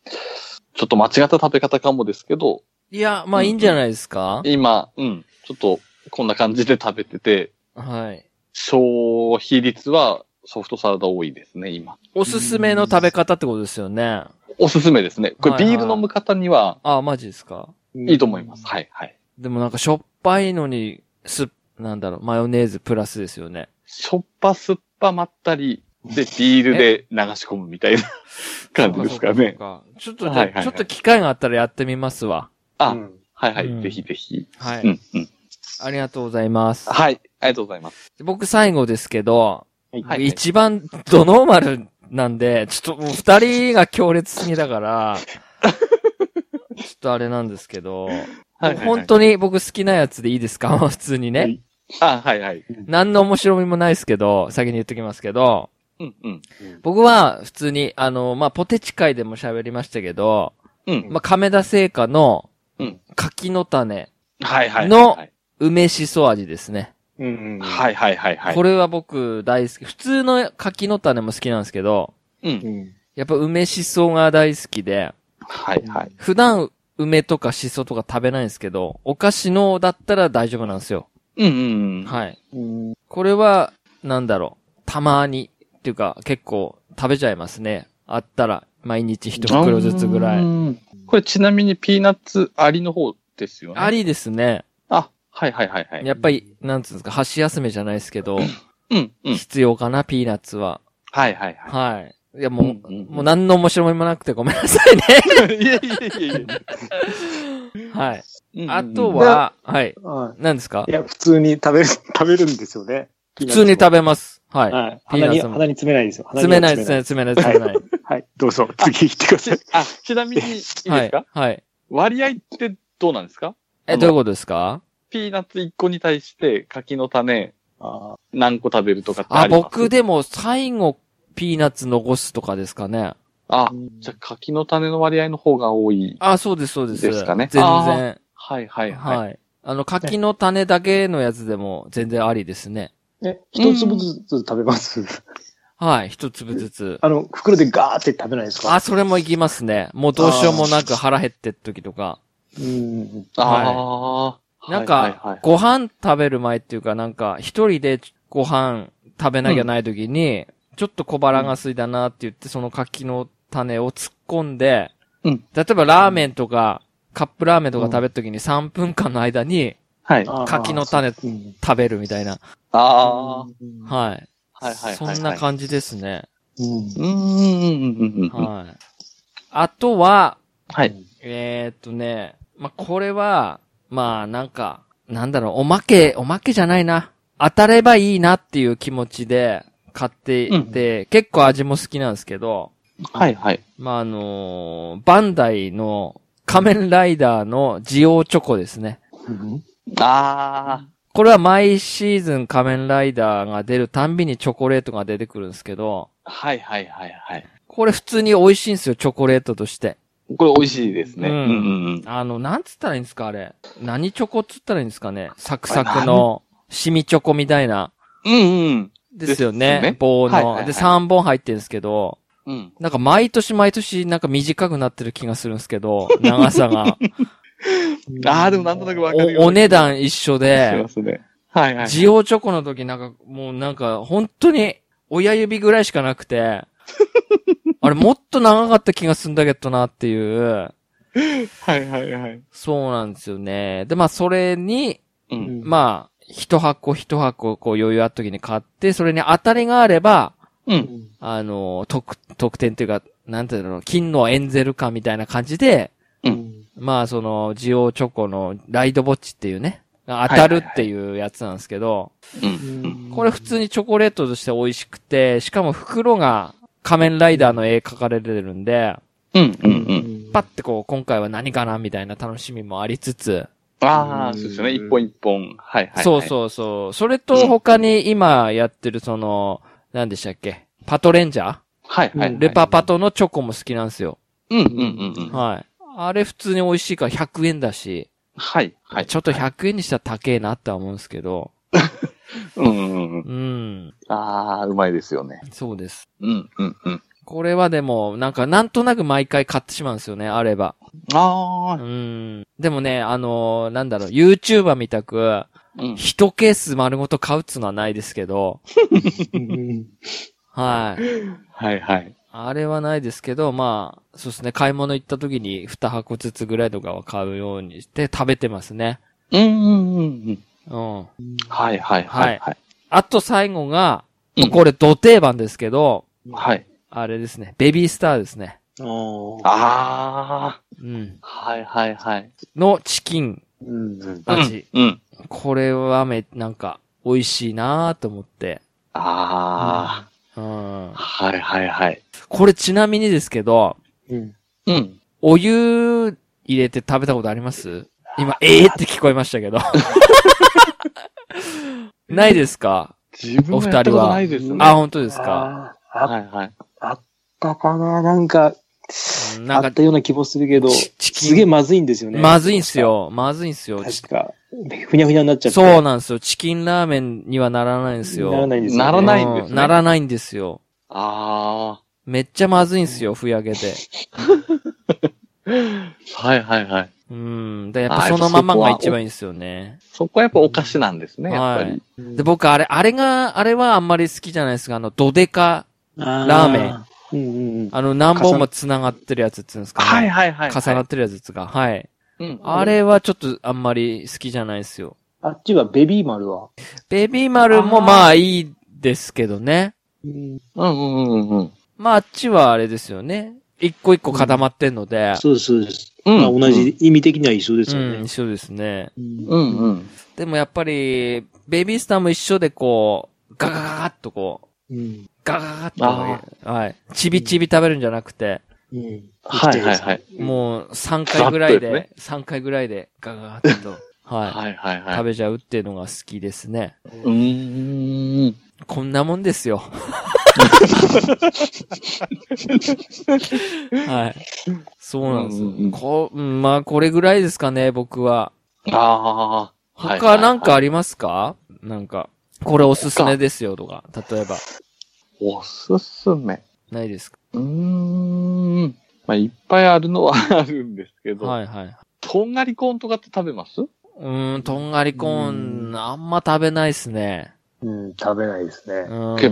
S2: ちょっと間違った食べ方かもですけど、
S1: いや、まあいいんじゃないですか
S2: 今、うん、ちょっとこんな感じで食べてて、
S1: はい。
S2: 消費率はソフトサラダ多いですね、今。
S1: おすすめの食べ方ってことですよね。
S2: おすすめですね。こ
S1: はい
S2: れ
S1: は
S2: ビ
S1: い
S2: ール飲む方には
S1: あ、マジですか
S3: うん
S2: いいと思います。。はいはい。
S1: でもなんかしょっぱいのに、す、なんだろう、マヨネーズプラスですよね。
S2: しょっぱ酸っぱまったり、で、ビールで流し込むみたいな [LAUGHS] 感じですか
S1: そう
S2: ね。
S1: そうかちょっと、
S2: はいはいはい
S1: ちょっと機会があったらやってみますわ。
S2: あ、
S3: うん
S2: はいは
S1: うん
S2: い。ぜひぜひ。
S1: はい。
S2: うんうん。
S1: ありがとうございます。
S2: はい。ありがとうございます。
S1: 僕最後ですけど、
S3: はい
S2: はい
S1: 一番 [LAUGHS] ドノーマルなんで、ちょっともう二人が強烈すぎだから、ちょっとあれなんですけど、
S2: はいはいはい
S1: 本当に僕好きなやつでいいですか [LAUGHS] 普通にね。
S3: はい
S2: あ、はいはい。
S1: 何の面白みもないですけど、先に言っときますけど、
S2: うんうん。
S1: 僕は普通に、あの、まあ、ポテチ会でも喋りましたけど、
S2: うん。
S1: まあ、亀田製菓の
S2: うん、
S1: 柿の種、
S2: はいはいはいはい。
S1: の梅しそ味ですね。
S3: うん。。
S2: はいいはいはいはい。
S1: これは僕大好き。普通の柿の種も好きなんですけど、
S2: うん。
S3: うん。
S1: やっぱ梅しそが大好きで、
S2: はいはい。
S1: 普段梅とかシソとか食べないんですけど、お菓子のだったら大丈夫なんですよ。
S2: うんうんうん。
S1: はい。
S3: うん。
S1: これは、なんだろう。たまに、っていうか、結構食べちゃいますね。あったら、毎日一袋ずつぐらい。
S2: い。これちなみにピーナッツありの方ですよね。
S1: ありですね。
S2: あ、はいはいはいはい。
S1: やっぱり、なんつうんですか、箸休めじゃないですけど、
S2: うんうん。
S1: 必要かな、ピーナッツは。
S2: はいはいは
S1: はい。いや、
S2: い。
S1: もう、
S2: んん
S1: もう何の面白みもなくてごめんなさ [LAUGHS] いね。
S2: いやいやいやい
S1: はい。
S2: や。
S1: あとは、はい。何ですか
S3: いや、普通に食べる、 [LAUGHS] 食べるんですよね。
S1: 普通に食べます。はい。
S3: はい。
S1: ピーナ
S3: 鼻
S1: ッ
S3: に、
S1: ツも
S3: 鼻に詰めないですよ。鼻に
S1: 詰めない、
S3: は
S1: 詰めない、詰めない。
S3: はい。どうぞ、次行ってくだ
S2: ち
S3: さい。
S2: あ、ちなみに、いいですか、
S1: はい。はい。
S2: 割合ってどうなんですか
S1: え、どういうことですか
S2: ピーナッツ1個に対して柿の種
S3: あ
S2: 何個食べるとかってあ
S1: あ、
S2: ります
S1: 僕。でも最後、ピーナッツ残すとかですかね。
S2: あ
S3: ー、
S2: じゃあ柿の種の割合の方が多い。
S1: あ、そうです、そうです。
S2: ですかね
S1: 全
S2: あ
S1: 然。
S2: はいはいはい。
S1: はい。あの、柿の種だけのやつでも全然ありですね。
S3: え、一粒ずつ食べます。
S1: はい。一粒ずつ。
S3: あの、袋でガーって食べないですか
S1: あ、それもいきますね。もうどうしようもなく腹減ってる時とか。
S3: うん。
S2: ああ、
S1: なん
S2: はいはいは
S1: か
S2: い、
S1: ご飯食べる前っていうか、なんか、一人でご飯食べなきゃない時に、ちょっと小腹が空いたなって言って、その柿の種を突っ込んで、
S2: うん
S1: 例えばラーメンとか、カップラーメンとか食べる時に3分間の間に
S2: はい。あ
S3: あー
S1: 柿の種
S3: うん。
S1: 食べるみたいな。
S2: あー、
S3: は
S1: はい。
S2: はいはいはいはい。
S1: そんな感じですね。
S3: い。うん
S2: うーんうんうんうん。
S1: はい。あとは、
S2: はい。
S1: えー、っとね、まあ、これは、まあ、なんか、なんだろう、おまけ、おまけじゃないな。当たればいいなっていう気持ちで買っていて、結構味も好きなんですけど、
S2: はいはい。
S1: まあ、あのーバンダイの仮面ライダーのジオチョコですね。
S3: うん
S2: あ
S1: これは毎シーズン仮面ライダーが出るたんびにチョコレートが出てくるんですけど、
S2: あ、はいはいはいはい。
S1: これ普通に美味しいんですよ、チョコレートとして。
S2: これ美味しいですね。
S1: う
S2: うんんうんうん。
S1: あの、なんつったらいいんですか、あれ。何チョコっつったらいいんですかね。サクサクの、シミチョコみたいな。
S2: うんうん。
S1: ですよ
S2: で
S1: ね。
S2: すね
S1: 棒の、
S2: はいはいはい
S1: で、3本入ってるんですけど、
S2: うん。
S1: なんか毎年毎年なんか短くなってる気がするんですけ
S2: [LAUGHS]
S1: ど、長さが。
S2: ああ、でもなんとなくわかるよ。
S1: おお値段一緒
S2: し
S1: で
S2: ま、すね。はいはい。
S1: ジオチョコの時なんかもうなんか本当に親指ぐらいしかなくて、
S2: [LAUGHS]
S1: あれもっと長かった気がするんだけどなっていう、
S2: はいはいはい。
S1: そうなんですよね。で、まあそれに、
S2: うん。
S1: まあ、一箱一箱こう余裕あった時に買って、それに当たりがあれば、
S2: う
S3: あ
S2: ん。
S1: あの、特、特典というか、なんていうの、金のエンゼル感みたいな感じで、
S2: う
S1: まあその、ジオチョコのライドボッチっていうね、当たるっていうやつなんですけど、
S2: うん。
S1: これ普通にチョコレートとして美味しくて、しかも袋が仮面ライダーの絵描かれてるんで、
S2: うんうんう。
S3: うんん
S1: パッてこう、今回は何かなみたいな楽しみもありつつ、
S2: ああ、そうですよね。一本一本。はいはい。
S1: そう
S2: う。
S1: そうそう。それと他に今やってるその、何でしたっけパトレンジャ
S2: はいはいはい。
S1: ーレパパトのチョコも好きなんですよ。
S2: うんうんうんうん。
S1: はい。あれ普通に美味しいから100円だし、
S2: はいはい。
S1: ちょっと100円にしたら高えなっては思うんですけど、
S2: うんうんう
S1: う
S2: ん。
S1: ん、
S2: ああ、うまいですよね。
S1: そうです。
S2: うんうんうん。
S1: これはでも、なんか、なんとなく毎回買ってしまうんですよね、あれば。う
S2: あ
S1: ん。でもね、あのーなんだろう、YouTuber みたく、
S2: あ、うん。
S1: 一ケース丸ごと買うっつのはないですけど、
S3: うん
S1: はい。
S2: はいはい。
S1: あれはないですけど、まあ、そうですね、買い物行った時に2箱ずつぐらいとかは買うようにして食べてますね。
S2: うんうんうんうん。
S1: うん。
S2: はいはいはいはい。
S1: あと最後が、
S2: うん
S1: これ、土定番ですけど、
S2: はい。
S1: あれですね、ベビースターですね。
S3: あー
S2: ああ、
S1: うん。
S2: はいはいはい。
S1: のチキン
S3: うん
S1: 味。
S2: うん。
S1: これはめ、なんか、美味しいなーと思って。
S2: あ
S1: うん
S2: あ、。はいはいはい。
S1: これちなみにですけど、
S3: うん
S2: うん。
S1: お湯入れて食べたことあります今、ええって聞こえました
S2: [LAUGHS]
S1: けど。ないですか
S2: 自分はやったことないですね。
S1: あ、本当ですか
S3: あーあっ
S2: はいはい。
S3: あったかななんか、
S1: うんなん
S3: あ
S1: か
S3: ったような気もするけど、
S1: チチキン
S3: すげえまずいんですよね。
S1: まずいんす。よ。まずいんすよ。
S3: 確か、ふにゃふにゃになっちゃって。
S1: そうなんですよ。チキンラーメンにはならないんですよ。
S3: ならないんですよ、
S2: ならないんですね
S1: うんならないんですよ。
S2: ああ、
S1: めっちゃまずいんですよ、ふやけで。
S2: はいはいはい。
S1: うん。で、やっぱそのままが一番いいんですよね。
S2: そこはやっぱお菓子なんですね、やっぱ
S1: は
S2: り
S1: い。で、僕、あれ、あれが、あれはあんまり好きじゃないですが、あの、ドデカ、ラ
S3: ラ
S1: ーメン。
S3: うんうんうん。
S1: あの、何本も繋がってるやつっていうんですかね。
S2: はいはいはい。
S1: 重なってるやつですが、はい。
S2: うん。
S1: あれはちょっとあんまり好きじゃないですよ。
S3: あっちはベビー丸は。
S1: ベビーマルもまあいいですけどね。
S3: うん
S2: うんうんうんうん。
S1: まああっちはあれですよね。一個一個固まってんので。
S3: そうです、そうです。
S2: うん
S3: まあ同じ意味的には一緒です
S1: う
S3: よ
S1: ん、
S3: ね。
S1: 一緒ですね。
S2: う
S3: うん
S2: うん。
S1: でもやっぱり、ベビースターも一緒でこう、ガガガガッとこう、
S3: うん。
S1: ガガガガッと、はい。ちびちび食べるんじゃなくて、
S3: うん。
S2: はいはいはい。
S1: もう3回ぐらい
S2: ガッと
S1: で、三3回ぐらいでガガガッと、は
S2: はいはい
S1: い。
S2: はい。
S1: 食べちゃうっていうのが好きですね。
S2: うーん。
S1: こんなもんですよ。はい。そうなんですよ。
S2: うんうんうん
S1: こうんまあ、これぐらいですかね、僕は。
S2: ああ。はいはいは
S1: 他
S2: い
S1: なんかありますか、なんか、これおすすめですよとか、例えば。
S2: おすすめ。
S1: ないですか
S2: うーん。まあ、いっぱいあるのはあるんですけど、
S1: はいはい。
S2: とんがりコーンとかって食べます
S1: うーん、とんがりコー
S3: う
S1: ン、あんま食べないっすね。
S3: うん、食べないですね。
S1: うん。
S2: け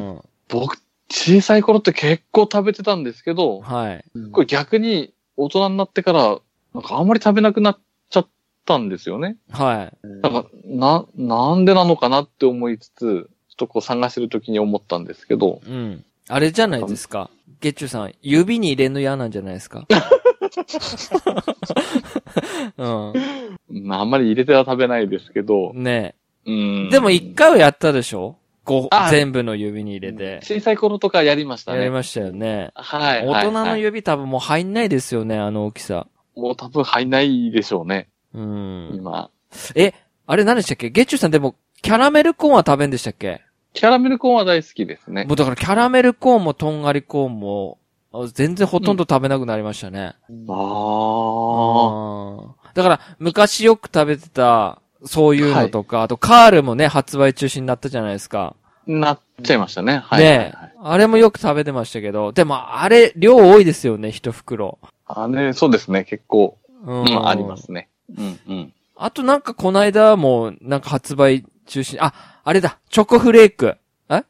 S2: 僕、小さい頃って結構食べてたんですけど、
S1: はい。
S2: これ逆に大人になってから、なんかあんまり食べなくなっちゃったんですよね。
S1: はい。
S2: なんか、な、なんでなのかなって思いつつ、ちょっとこう探してる時に思ったんですけど、
S1: うん。あれじゃないですか。月中さん、指に入れんの嫌なんじゃないですかうん。
S2: まあ、あんまり入れては食べないですけど、
S1: ね
S2: うん
S1: え。でも一回はやったでしょご
S2: あ
S1: 全部の指に入れて。
S2: 小さい頃とかやりました
S1: や
S2: ね。
S1: りましたよね。
S2: はい。
S1: 大人の
S2: はいはい
S1: 指多分もう入んないですよね、あの大きさ。
S2: もう多分入んないでしょうね、
S1: うん。
S2: 今。
S1: え、あれ何でしたっけ月中さんでも、キャラメルコーンは食べんでしたっけ
S2: キャラメルコーンは大好きですね。
S1: もうだからキャラメルコーンもとんがりコーンも、あ全然ほとんど食べなくなりましたね。あ
S2: ああ。
S1: ー。だから、昔よく食べてた、そういうのとか、あとカールもね、発売中止になったじゃないですか。
S2: なっちゃいましたね。はい。はい
S1: ね
S2: はい
S1: え。あれもよく食べてましたけど、でもあれ、量多いですよね、一袋。
S2: あれ、そうですね。結構、
S1: う
S2: うん、ありますね。うん、うん。
S1: あとなんかこの間も、なんか発売中止、あ、あれだ、チョコフレーク。
S2: あ、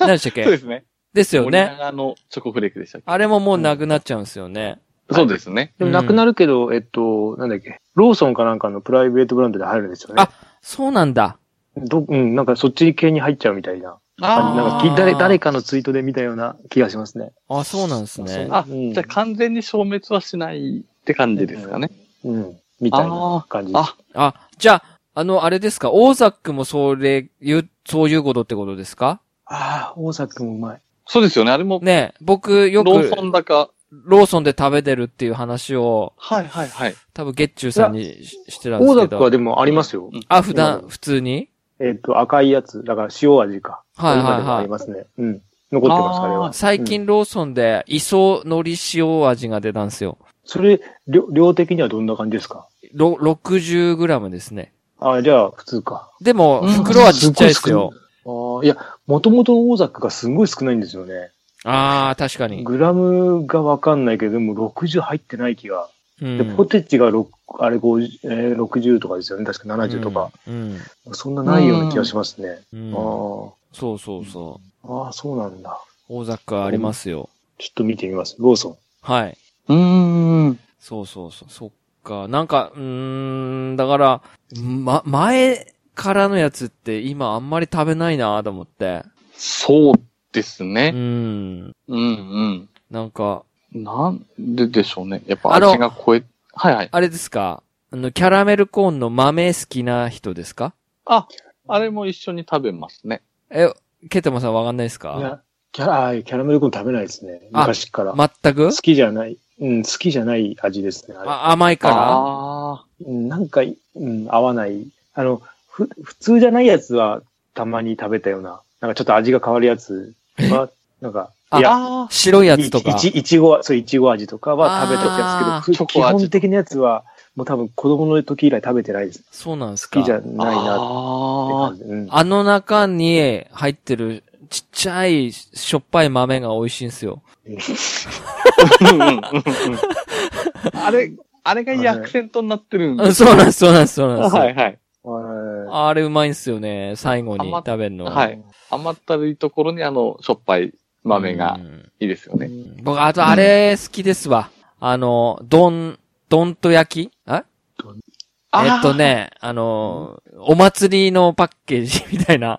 S1: 何でしたっ
S2: そう [LAUGHS] で
S1: け
S2: すね。
S1: ですよ
S2: 森
S1: ね。
S2: 永のチョコフレークでしたっ
S1: あれももうなくなっちゃうんですよね。
S2: けそうですね。
S3: でもなくなるけど、えっと、なんだっけ、ローソンかなんかのプライベートブランドで入るんですよね。
S1: あそうなんだ。
S3: どうん、なんかそっち系に入っちゃうみたいな。
S1: あー
S3: なんかき誰誰かのツイートで見たような気がしますね。
S1: あ、そうなんですね。
S2: あ、
S3: うん
S2: じゃあ完全に消滅はしないって感じですかね。
S3: うん。みたいな感じです。
S2: あ、
S1: あ、じゃあ、あの、あれですか、大ザックもそれ、いう、そういうことってことですか
S3: ああ、大阪もうまい。
S2: そうですよね。あれも、
S1: ねえ僕よく
S2: ローソンだか。
S1: ローソンで食べてるっていう話を、
S2: はいはいはい。
S1: 多分月中さんにししてたんで
S3: 大
S1: すけ
S3: 阪は
S1: ど。
S3: でもありますよ。
S1: あ、普段、
S3: うん
S1: 普通に
S3: えっと、赤いやつ。だから塩味か。
S1: はいはいはい
S3: 今でもありますね。うん。残ってます、
S2: あー
S3: あれは。
S1: 最近ローソンで、磯海苔塩味が出たんですよ。
S3: それ、量量的にはどんな感じですか
S1: ろ、60g ですね。
S3: ああ、じゃあ、普通か。
S1: でも、
S2: うん
S1: 袋はちっちゃいですよ。
S3: ああ、いや、もともとの大阪がすごい少ないんですよね。
S1: ああ、確かに。
S3: グラムがわかんないけど、でも60入ってない気が。
S1: う
S3: で、ポテチが6、あれ50、えー60とかですよね。確か70とか。。
S1: うん。
S3: そんなないような気がしますね。
S1: うん
S3: あー
S1: そうそうそう。
S3: あー、そうなんだ。
S1: 大ザックはありますよ。
S3: ちょっと見てみます。ローソ
S1: はい。
S2: うーん。
S1: そうそうそう。そっか。なんか、うーん、だから、ま、前からのやつって今あんまり食べないなと思って。
S2: そうです
S1: う
S2: ね。
S1: ん。
S2: うんうん。
S1: なんか、
S2: なんででしょうね。やっぱ
S1: あの
S2: 味が超え、はいはい。
S1: あれですかあの、キャラメルコーンの豆好きな人ですか
S2: あ、あれも一緒に食べますね。
S1: え、ケテマさんわかんないです
S3: ン。い
S1: か
S3: や、キャラ、あーキャラメルコーン食べないですね。
S1: あ
S3: 昔から。
S1: 全く
S3: 好きじゃない、うん、好きじゃない味ですね。あれ
S1: あ甘いか
S2: あ
S3: うんなんか、うん、合わない。あの、ふ、普通じゃないやつはたまに食べたような、なんかちょっと味が変わるやつは、なんか、
S1: あ
S3: い
S2: ー
S3: や、
S2: あ
S1: ら白いやつと
S3: い
S1: か
S3: ち、。いちご、そう、いちご味とかは食べたやつけ
S2: あ
S3: ど
S2: ー
S3: ふ、基本的なやつは、もう多分子供の時以来食べてないです。
S1: そうなんですか
S3: 好きじゃ
S2: ー。
S3: ないなって
S2: あ
S3: 感
S2: ー
S3: じ。うん、
S1: あの中に入ってるちっちゃいしょっぱい豆が美味しいんですよ。
S2: うんうんうんうんあれ、あれがいいアクセントになってるん
S1: う
S2: で
S1: ん
S2: す。
S1: そうなんです、そうなんです、そうなんです。
S2: はいはい。
S3: は
S1: あれうまいんすよね、最後に
S2: 甘っ
S1: 食べるの。
S3: い
S2: はい甘ったるいところにあの、しょっぱい豆
S1: う
S2: が
S1: ん
S2: いいですよね。
S1: 僕、あとあれ好きですわ。あの、丼、丼と焼きえ
S2: あー
S1: えっと、ね、あの、お祭りのパッケージみたいな。
S2: はい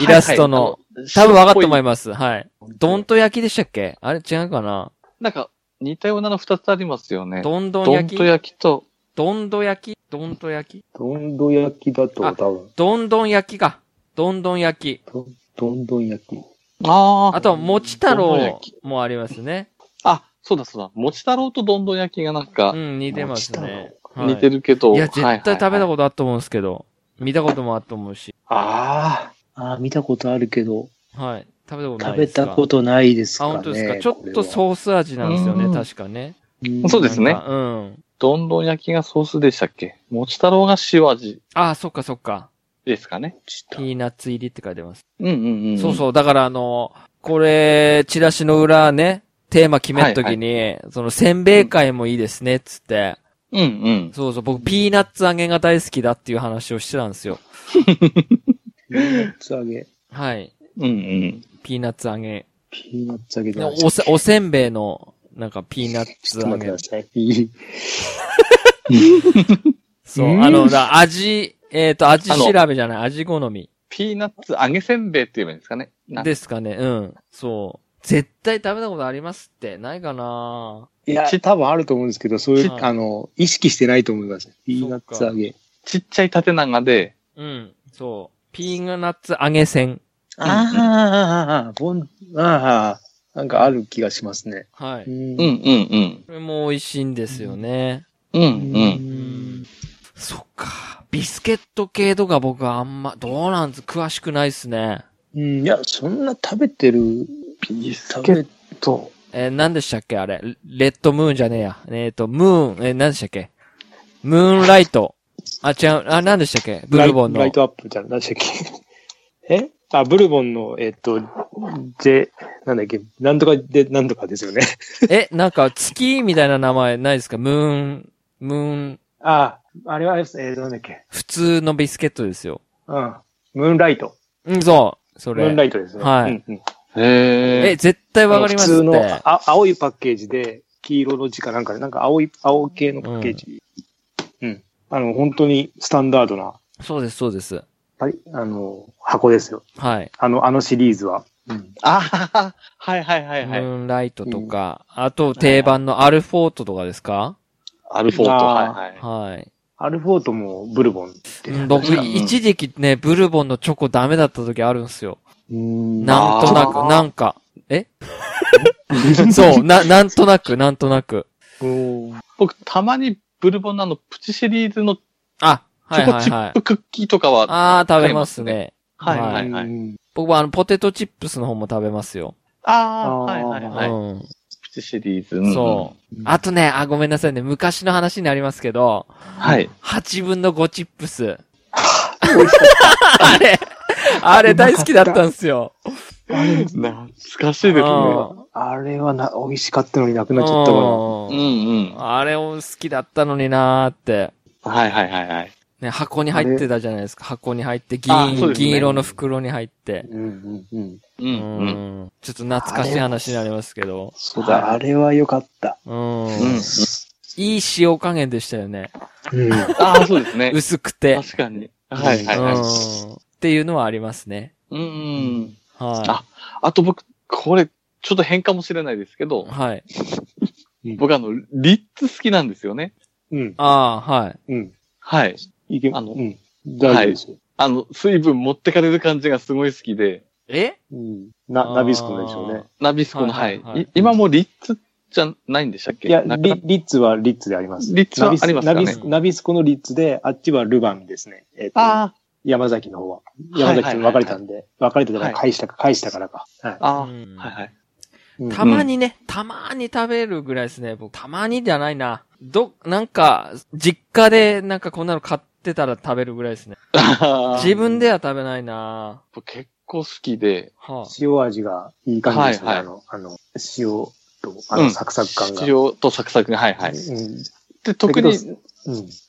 S1: イラストの、
S2: はいあ
S1: 多分分かったと思
S2: 白っ
S1: います。はい。
S3: い。
S1: どん
S3: ん
S1: と焼きでしたっけあれ違うかな
S2: ぽいなんか、似たようなの二つありますよね。
S1: どんどん
S2: ど
S1: 焼
S2: ん
S1: き
S2: と焼きと、
S1: どんど焼きどんと焼き
S3: どんど焼きだと
S1: あ
S3: 多分、
S1: どんどん焼きか。どんどん焼き。
S3: どんどんどん焼き。
S2: ああ
S1: あと、餅太
S2: どんどん
S1: 郎
S2: 焼
S1: もありますね。
S2: あ、そうだそうだ。餅太郎とどんどん焼きがなんか
S1: う、ん、似てますね。
S2: 似て
S1: る。
S2: るけど。
S1: いや、絶対食べた
S2: と。
S1: ことあると思うんですけど。見たこともあると思うし。
S3: ああ、ああ、見たことあるけど、
S1: はい。食べたことな
S3: 食
S1: いで
S3: べ
S1: すか
S3: たことないですか
S1: あ、
S3: ね。
S1: 本当ですか。ちょっと
S3: う。
S1: ソース味なんですよ
S2: う
S1: ね、
S2: ん
S1: 確かね。
S3: ん
S2: そうですね
S1: なんかうん。
S2: どんどん焼きがソースでしたっけ餅太郎が塩味
S1: あ、そっかそっか。
S2: ですかね。
S1: ピーナッツ入りって書いてます。
S2: うんうんうん。
S1: そうそう。だからあの、これ、チラシの裏ね、テーマ決めるときに、その、せんべい会もいいですね、つって。
S2: うんうん。
S1: そうそう、僕、ピーナッツ揚げが大好きだっていう話をしてたんですよ。
S3: ピーナッツ揚げ。
S1: はい。
S2: うんうん。
S1: ピーナッツ揚げ。
S3: ピーナッツ揚げだ。
S1: おせ、おせんべいの、なんか、ピーナッ
S3: ち
S1: ツ
S3: ょっと
S1: 揚
S3: 待っ
S1: げ
S3: てく。ださい。いい
S1: そうう。
S3: ん
S1: あの、だ味、えっ、と、味
S2: あの
S1: 調べじゃない、味好み。
S2: ピーナッツ揚げせんべいって言えばいいんですかね。なん
S1: ですかね、うん。そう。絶対食べたことありますって、ないかない
S3: や、
S2: ち
S3: 多分あると思うんですけど、そういう、
S1: ち
S3: あの、意識してないと思います。ピーナッツ揚げ。
S2: ちっちゃい縦長で、
S1: うん、そう。ピーナッツ揚げせん。
S2: か
S3: ああ、ボン、ああ、なんかある気がしますね。
S1: は
S3: う
S1: い。
S3: ん
S2: うんうんうん。
S1: これも美味しいんですよね。
S2: うんうん。
S3: ん。
S1: そっか。ビスケット系とか僕はあんま、どうなんです詳しくないっすね。
S3: うんいや、そんな食べてる、
S2: ビス
S3: 食べ、
S2: ト。
S1: えー、何でしたっけあれ。レレッドムーンじゃねえや。えっ、と、ムーン、えー、何でしたっけムーンライト。あ、違う、あ、何でしたっけブルボンの。
S3: ライライトアップじゃん。何でしたっけえあ、ブルボンの、えっと、ジェ、なんだっけ、なんとかで、なんとかですよね。
S1: え、なんか月みたいな名前ないですかムーン、ムーン、
S3: ああ、あれは、えー、なんだっけ。
S1: 普通のビスケットですよ。
S3: うん。ムーンライト。
S1: うん、そう。そ
S3: ムーンラ
S1: れ。
S3: イトですね。
S1: はい
S3: うんうん
S1: え、
S2: へえ。
S1: 絶対わかりますっ
S3: 普通の
S1: て。
S3: あ青いパッケージで、黄色の字かなんかで、なんか青い、青系のパッケージ。うん。あの、本当にスタンダードな、
S1: そうです、そうです。
S3: パリあの、箱ですよ。
S1: はい。
S3: あの、あのシリーズは。うん。
S2: ああ、はいはいはい
S1: ム
S2: はい。
S1: ーンライトとか、あと定番のアルフォートとかですか
S2: アルフォート。
S3: あー
S2: はいはい。
S1: はい。
S3: アルフォートもブルボンって。
S1: うん僕、
S2: うん
S1: 一時期ね、ブルボンのチョコダメだった時あるんすよ。
S3: うん
S1: なんとな
S2: あ
S1: く、
S2: ー
S1: なんか。えそう、な、なんとなく、なんとなく。
S3: うん
S2: 僕、たまにブルボンのあのプチシリーズのチ
S1: あ、はい
S2: ョコ
S1: はい
S2: チ
S1: は
S2: ッ
S1: い。
S2: プクッキーとかは、
S1: あー、食べますね。
S2: はい
S1: はい
S2: はいはい。
S1: 僕はあの、ポテトチップスの方も食べますよ。
S2: ああ、
S3: あー
S2: はいはいはい。
S1: うん。
S2: プチシリーズ。
S1: そうう。あとね、あ、ごめんなさいね。昔の話になりますけど、
S2: ん。はい。
S1: 8分の5チップス。あれ、あれ大好きだったんすよ。
S2: 懐かしいですね。
S1: うん
S3: あれはな、美味しかったのになくなっちゃったわ。
S2: う
S1: うん
S2: んうん。は
S1: あれを好きだったのになーって。
S2: いはいはいはい。
S1: ね、箱に入ってたじゃないですか。箱に入って、
S2: あそう
S1: 銀、
S2: ですね
S1: 銀色の袋に入って。
S3: うんうんうん。
S2: うん
S1: う
S2: うん。
S1: ん。ちょっと懐かしい話になりますけど。
S3: そう
S2: だ
S3: だ、あれは良かった。
S1: うん。
S2: うん
S1: いい塩加減でしたよね。
S3: うん。
S2: ああ、そうです [LAUGHS] ね。
S1: 薄くて。
S2: 確かに。はいはいはい。
S1: うん。っていうのはありますね。
S2: うん。
S1: は
S2: ああと僕、これ、ちょっと変かもしれないですけ
S1: い。
S2: ど、
S1: はい。
S2: 僕あの、リッツ好きなんですよね。
S3: うん。
S1: ああ、はい。
S3: うん。
S2: はい。
S3: いけ、
S2: あ
S3: あ
S2: の
S3: の、うん。大丈夫ですよ。
S2: あの、水分持ってかれる感じがすごい好きで、
S1: え
S3: うん。な、ナビスコのでしょうね。
S2: ナビスコの、
S1: は
S2: はいい。
S1: はいはい
S2: い今もリッツじゃないんでしたっけ
S3: いや、
S2: なくな
S3: リリッツはリッツであります。
S2: リッツは
S3: ナビス
S2: ありますかね
S3: ナビスナビスコのリッツで、あっちはルバンですね。えっと
S2: あ
S3: 山崎の方は。
S2: はい
S3: 山崎と別れたんで、別れたから
S2: はい
S3: 返したか、返したからか。はい
S2: あ、ああ、
S1: うん
S2: はいはい。
S3: うん
S1: たまにね、たまに食べるぐらいですね。僕、たまにじゃないな。ど、なんか、実家でなんかこんなの買ってたら食べるぐらいですね。
S2: [LAUGHS] あー
S1: 自分では食べないな
S2: 僕結構好きで、
S1: は
S3: 塩味がいい感じですね。
S2: はいはい
S3: あの、あの、塩、と、あの、サクサク感が。
S2: 必要とサクサクが、はいはい。
S3: うん
S2: で、特
S3: だ
S2: に、
S3: けうん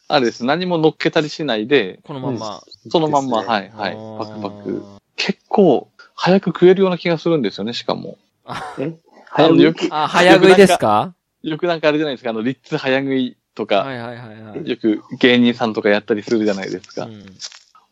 S2: あれです、何も乗っけたりしないで、
S1: このまんま。
S2: そのまんま、
S3: ですね
S2: はいはい、
S1: あー
S2: パクパク。結構、早く食えるような気がするんですよね、しかも。
S3: 早
S2: あのよ
S3: く
S2: く
S1: あ、早食いですか
S2: よくなんかあれじゃないですか、あの、リッツ早食いとか、
S1: はいはいはいはい。
S2: よく芸人さんとかやったりするじゃないですか。
S1: うん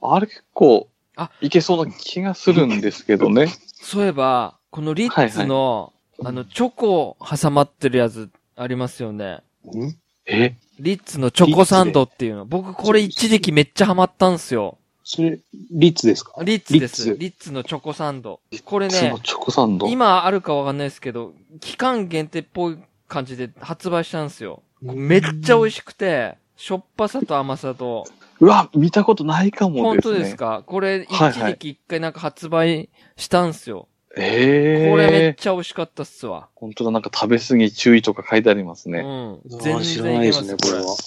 S2: あれ結構
S1: あ、
S2: いけそうな気がするんですけ
S1: [LAUGHS]
S2: どね。
S1: そういえば、このリッツの、あの、チョコ挟まってるやつありますよね。
S3: うん
S2: え
S1: リッツのチョコサンドっていうの。僕これ一時期めっちゃハマったんすよ。
S3: それ、リッツですか
S1: リッツです。リ
S3: リ
S1: ッ
S3: ッ
S1: ツ
S3: ツ
S1: のチョコサンド。これ
S2: その
S1: ね、
S2: チョコサンド。
S1: 今あるかわかんないですけど、期間限定っぽい感じで発売したんすよ。めっちゃ美味しくて、しょっぱさと甘さと。
S2: うわ、見たことないかも
S1: 本
S2: です
S1: 当
S2: ね。
S1: ですかこれ一
S2: はいはい
S1: 時期一回なんか発売したんすよ。
S2: ええ
S1: これめっちゃ美味しかったっすわ。
S2: 本当だ、なんか食べ過ぎ注意とか書いてありますね。
S1: うん。
S3: あ
S1: 全
S3: ー知ら
S1: 然
S3: ない
S1: い
S3: で
S1: けますす、
S3: ね、
S1: こ
S3: これ
S1: れ
S3: は。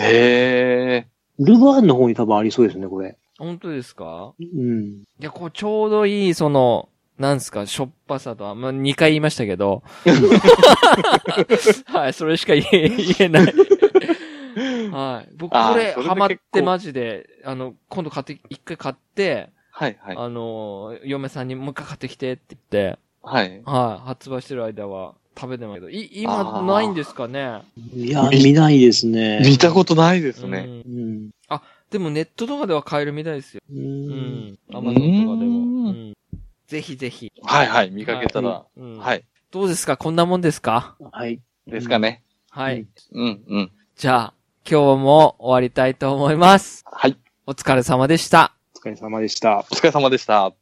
S2: へえ。
S3: ルバーンの方に多分ありそうですね、これ。
S1: 本当ですか
S3: うん。
S1: いや、こう、ちょうどいい、その、なんすか、しょっぱさとは、まあ、2回言いましたけ
S2: [LAUGHS]
S1: ど。はい、それしか言え、言えない。はい。僕、
S2: あー
S1: これ、
S2: それで結構
S1: ハマって、マジで、あの、今度買って、一回買って、
S2: はいはい。
S1: あの、嫁さんにもう一回買ってきてって言って、
S2: はい。
S1: はい、発売してる間は食べてますけど、い、
S2: あ
S1: 今、
S2: ー
S1: ないんですかね
S3: いや、見ないですね。
S2: 見たことないです
S1: う
S2: ね。
S1: ん
S3: うん。
S1: でも、ネットとかでは買えるみたいですよ。
S3: う。
S1: うんん。アマゾンとかでも。
S2: うん
S1: うんぜひぜひ。
S2: はいはい、見かけたら。
S1: うん
S2: はい。
S1: どうですかこんなもんですか
S3: はい。
S2: ですかね。
S1: はい。
S3: うん
S2: うんうん。
S1: じゃあ、今日も終わりたいと思います。
S2: はい。
S1: お疲れ様でした。
S3: お疲れ様でし
S2: お
S3: た。
S2: 疲れ様でした。